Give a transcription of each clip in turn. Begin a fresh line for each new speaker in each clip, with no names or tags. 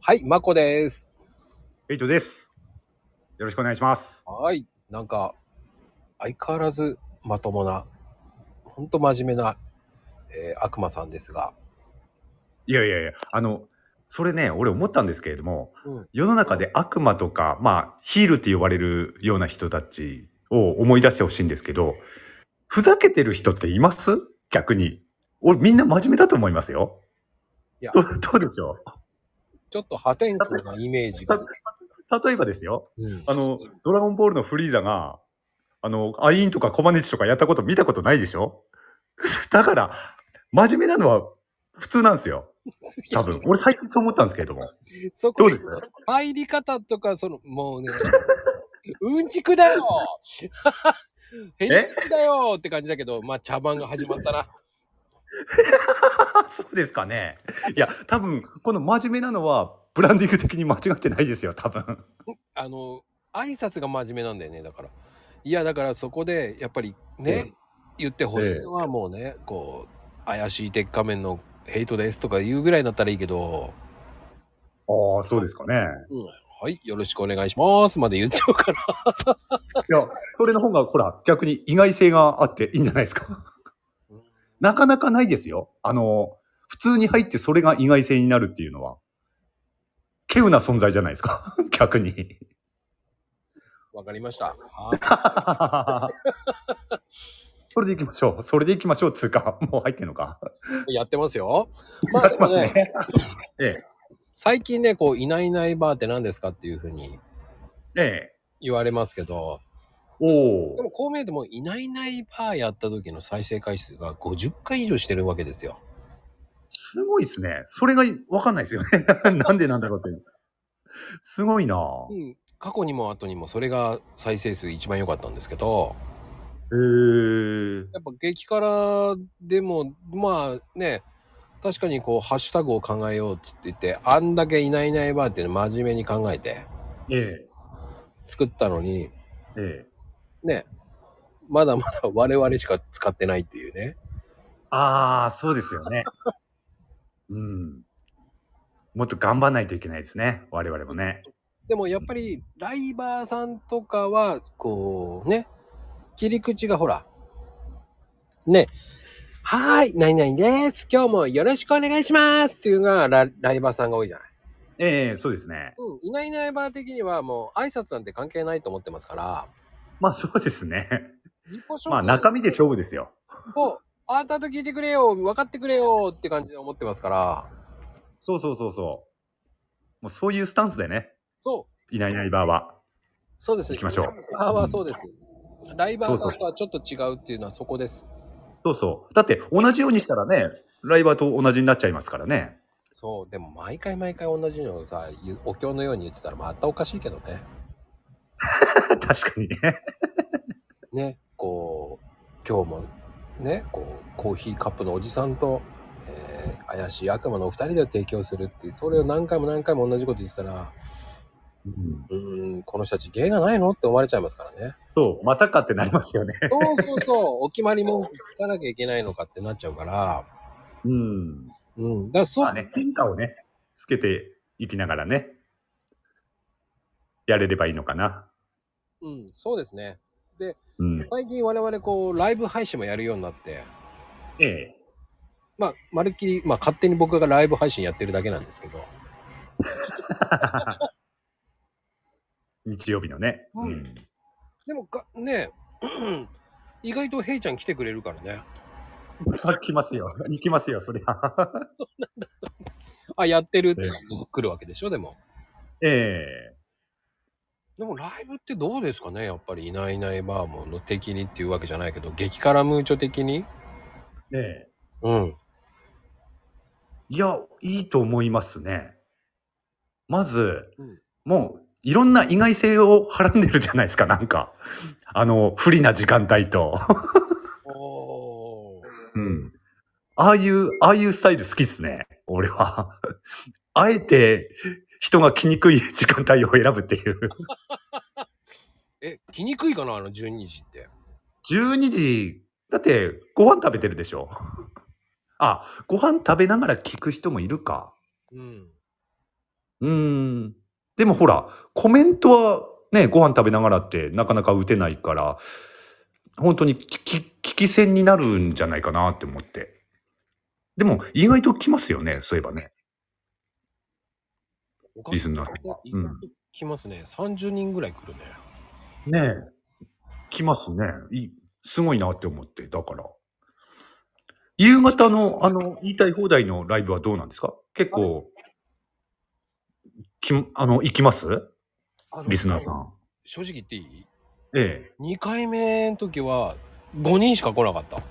はい、まこです。
エイトです。よろしくお願いします。
はい。なんか、相変わらずまともな、ほんと真面目な、えー悪魔さんですが。
いやいやいや、あの、それね、俺思ったんですけれども、
うん
世の中で悪魔とか、まあ、ヒールって呼ばれるような人たちを思い出してほしいんですけど、ふざけてる人っています逆に。俺、みんな真面目だと思いますよ。
いや
どうどうでしょ
ちょっと破天荒なイメージ
う
が。
た例えばですよ、
うん
あの、ドラゴンボールのフリーザが、あの、アイーンとかコマネチとかやったこと見たことないでしょだから、真面目なのは普通なんですよ。多分。俺最近そう思ったんですけれども。
そ
ど
こ
うです
入り方とか、その、もうね、 うんちくだよ 変
え
人だよって感じだけど、まあ茶番が始まったな。
そうですかね。いや、多分、この真面目なのは、ブランディング的に間違ってないですよ、多分。
あの、挨拶が真面目なんだよね、だから。いや、だからそこで、やっぱりね、
え
言ってほしいのはもうね、こう、怪しい鉄仮面のヘイトですとか言うぐらいだったらいいけど、
ああ、そうですかね。
はい、よろしくお願いしますまで言っちゃうから。
いや、それの方が、ほら、逆に意外性があっていいんじゃないですか。なかなかないですよ。あの、普通に入ってそれが意外性になるっていうのは、稀有な存在じゃないですか。 逆に。
わかりました。
それで行きましょう。それで行きましょう、つうか。もう入ってんのか。
やってますよ。まあ、でもね、
ええ。
最近ね、こう、いないいないバーって何ですかっていうふうに
ええ。
言われますけど、
お
で
お。
もこう見えても、いないいないバーやった時の再生回数が50回以上してるわけですよ。
すごいですね。それがわかんないですよね。 なんでなんだろうっていう。すごいなぁ。
う
へ
ん、過去にも後にもそれが再生数一番良かったんですけど、
え。
やっぱ激辛でも、まあね、確かにこう、ハッシュタグを考えようって言って、あんだけいないいないばーっていうの真面目に考えて
ええ。
作ったのに、
ええ。
ね、まだまだ我々しか使ってないっていうね。
ああ、そうですよね。うん。もっと頑張らないといけないですね。我々もね。
でもやっぱり、ライバーさんとかは、こう、ね、切り口がほら、ね、はーい、何々です。今日もよろしくお願いしますっていうのがラライバーさんが多いじゃない。
ええ、そうですね。
うん、いないいないバー的にはもう挨拶なんて関係ないと思ってますから、
まあそうですね。
自己紹
まあ
介
中身で勝負ですよ。
を、あんたと聞いてくれよ、分かってくれよって感じで思ってますから、
そうそうそうそう。もうそういうスタンスでね。
そう、
いないいないばあは。
そうです。
行きましょう
あーはそうです。ライバーさんとはちょっと違うっていうのはそこです。
そうそう。だって同じようにしたらね、ライバーと同じになっちゃいますからね。
そう、でも毎回毎回同じのをさ、ゆお経のように言ってたらまたおかしいけどね。
確かにね。
ね、こう、今日もね、こう、コーヒーカップのおじさんと、えー怪しい悪魔のお二人で提供するっていう、それを何回も何回も同じこと言ってたら、
うん
うーん、この人たち芸がないのって思われちゃいますからね。
そう、またかってなりますよね。
そうそう そう、お決まり文句聞かなきゃいけないのかってなっちゃうから、
うん。
うん、だからそう、
まあね、変化をね、つけていきながらね、やれればいいのかな。
うん、そうですね。
うん。
最近我々こう、ライブ配信もやるようになって、
ええ。
まあ、まるっきり、まあ、勝手に僕がライブ配信やってるだけなんですけど、
日曜日のね。
はい
うん。
でもか、ねえ、意外とヘイちゃん来てくれるからね。
あ来ますよ。行きますよ、そりゃ。
あ、やってるって来るわけでしょ、でも。
ええ。
でもライブってどうですかねやっぱりいないいないバーモンの的にっていうわけじゃないけど、激辛ムーチョ的に
ええ。
うん。
いや、いいと思いますね。まず、
うん
もう、いろんな意外性をはらんでるじゃないですか、なんか。あの、不利な時間帯と。
おー。
うん。ああいう、ああいうスタイル好きですね、俺は。 あえて、人が来にくい時間帯を選ぶっていう。
え、来にくいかなあの12時って。
12時、だって、ご飯食べてるでしょ。 あ、ご飯食べながら聞く人もいるか。
うん。
うーん。でもほら、コメントはね、ご飯食べながらってなかなか打てないから、本当に聞き、聞き戦になるんじゃないかなって思って。でも意外と来ますよね、そういえばね。リスナーさんは
意外と来ますね。30人ぐらい来るね。
ねえ来ますね。いすごいなって思って、だから。夕方の、あの、言いたい放題のライブはどうなんですか結構、きあの、行きます
あの
リスナーさ。ん。
正直言っていい
ええ。
?2 回目の時は5人しか来なかった。
ああ、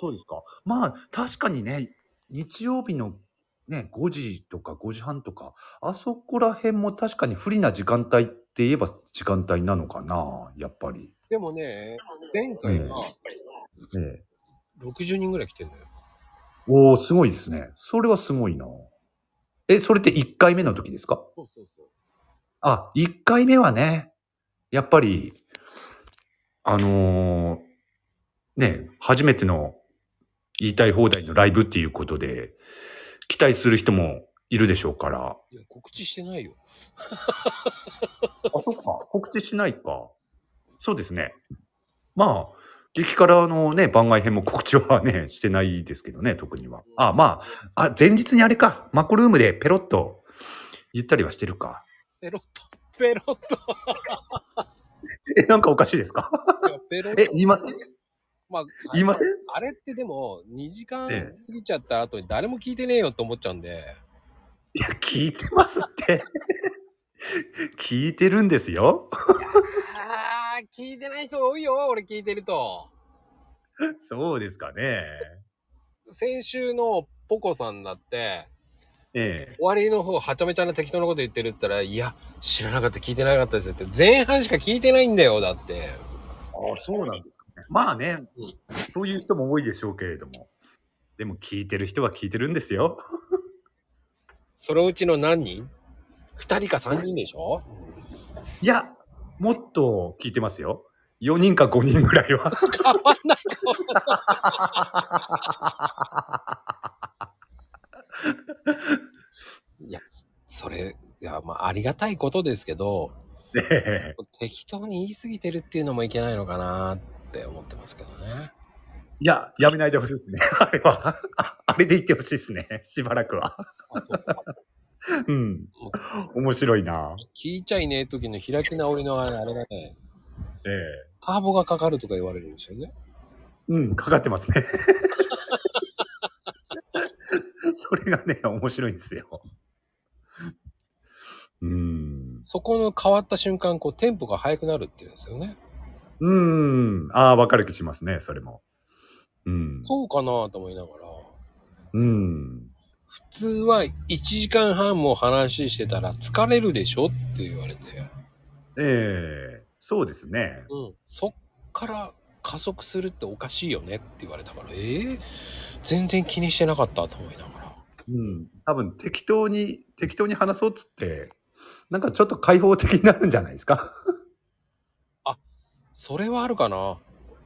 そうですか。まあ、確かにね、日曜日のね、5時とか5時半とか、あそこら辺も確かに不利な時間帯って言えば時間帯なのかな、やっぱり。
でもね、前回が
ええ。
60人ぐらい来てんだよ。
おお、すごいですね。それはすごいな。え、それって1回目の時ですか
そうそうそう。
あ、1回目はね、やっぱり、あのーね、初めての言いたい放題のライブっていうことで、期待する人もいるでしょうから。
いや、告知してないよ。
あ、そっか。告知しないか。そうですね。まあ、激辛のね、番外編も告知はね、してないですけどね、特には。あ、まあ、あ、前日にあれか、マコルームでペロッと言ったりはしてるか。
ペロッと。ペロッと。
え、なんかおかしいですか
いやペロッと
え、言いません
まあ、
言いません
あれってでも、2時間
ええ
過ぎちゃった後に誰も聞いてねえよって思っちゃうんで。
いや、聞いてますって。 聞いてるんですよ。
ああ、聞いてない人多いよ、俺聞いてると。
そうですかね。
先週のポコさんだって、
ええ。
終わりの方、はちゃめちゃな適当なこと言ってるって言ったら、いや、知らなかった、聞いてなかったですよって、前半しか聞いてないんだよ、だって。
あそうなんですかね。まあね、そういう人も多いでしょうけれども。でも聞いてる人は聞いてるんですよ。
そのうちの何人 ?2 人か3人でしょ
いや、もっと聞いてますよ。4人か5人ぐらいは。
変わんない。いや、それ、いや、まあ、ありがたいことですけど、
ねえ
適当に言い過ぎてるっていうのもいけないのかなって思ってますけどね。
いや、やめないでほしいですね。 あれは。ああれで言ってほしいですね。しばらくは。
あそう
うん。面白いな。
聞いちゃいねえ時の開き直りのあれがね、
ええ
ターボがかかるとか言われるんですよね。
うん、かかってますね。 それがね、面白いんですよ。うーん。
そこの変わった瞬間、こう、テンポが速くなるっていうんですよね。
うーん。ああ、わかる気しますね、それも。うん。
そうかなと思いながら、
うん。
普通は1時間半も話してたら疲れるでしょって言われて、
ええそうですね。
うん、そっから加速するっておかしいよねって言われたから、えー、全然気にしてなかったと思いながら。
うん。多分、適当に、適当に話そうっつって、なんかちょっと開放的になるんじゃないですか。
それはあるかな
あ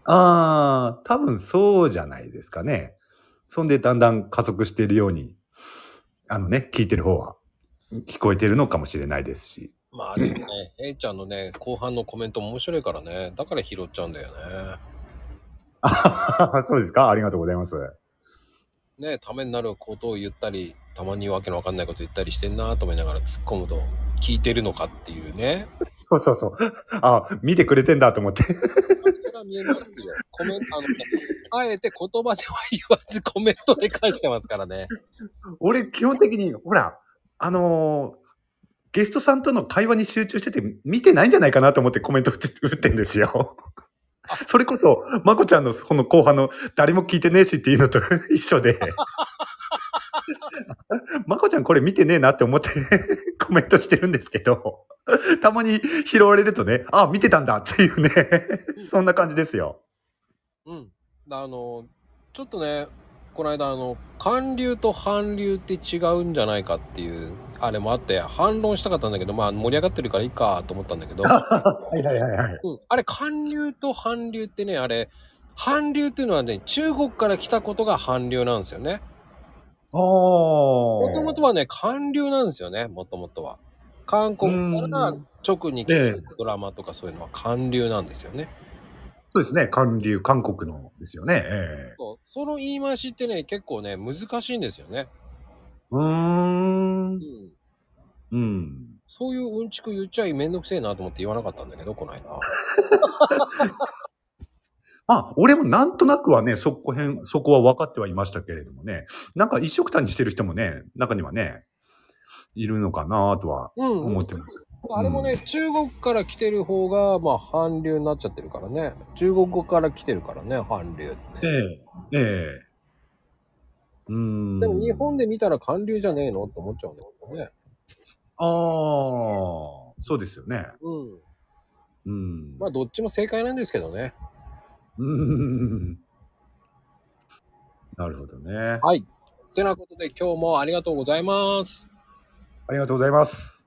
あ、多分そうじゃないですかね。そんでだんだん加速しているように、あのね、聞いてる方は聞こえてるのかもしれないですし。
まあで もね、A ちゃんのね、後半のコメント面白いからね、だから拾っちゃうんだよ
あそうですかありがとうございます。
ね。ね、ためになることを言ったり、たまにわけのわかんないこと言ったりしてんなと思いながら突っ込むと、聞いてるのかっていうね。
そうそうそう。あ見てくれてんだと思って。
それが見えますよ。コメント、あのね、あえて言葉では言わずコメントで返してますからね。
俺、基本的に、ほら、あのーゲストさんとの会話に集中してて見てないんじゃないかなと思ってコメント打って打ってんですよ。それこそ、まこちゃんのこの後半の誰も聞いてねえしっていうのと 一緒で。まこちゃんこれ見てねえなって思って コメントしてるんですけど、たまに拾われるとね、あ、見てたんだっていうね、そんな感じですよ。
うん。あの、ちょっとね、この間あの、韓流と韓流って違うんじゃないかっていう、あれもあって、反論したかったんだけど、まあ盛り上がってるからいいかと思ったんだけど、
はいはいはいはい。
うんあれ、韓流と韓流ってね、あれ、韓流っていうのはね、中国から来たことが韓流なんですよね。
ああ。
も
も
ともとはね、韓流なんですよね、もともとは。韓国から直に来
ええ
るドラマとかそういうのは韓流なんですよね。
そうですね。韓流、韓国のですよね。ええ
そうその言い回しってね、結構ね、難しいんですよね。
うー。
うんん。
うん。
そういううんちく言っちゃいめんどくせえなと思って言わなかったんだけど、この間。
まあ、俺もなんとなくはね、そこ辺、そこは分かってはいましたけれどもね。なんか一色単にしてる人もね、中にはね、いるのかなとは
うん、
思ってます。
あれもね、中国から来てる方が、まあ、韓流になっちゃってるからね。中国語から来てるからね、韓流って。
ええ。ええ。うーん。
でも日本で見たら韓流じゃねえのって思っちゃうんだけどね。
ああ、そうですよね。
うん。
うん。
まあ、どっちも正解なんですけどね。
うん。 なるほどね。
はい。てなことで今日もありがとうございます。
ありがとうございます。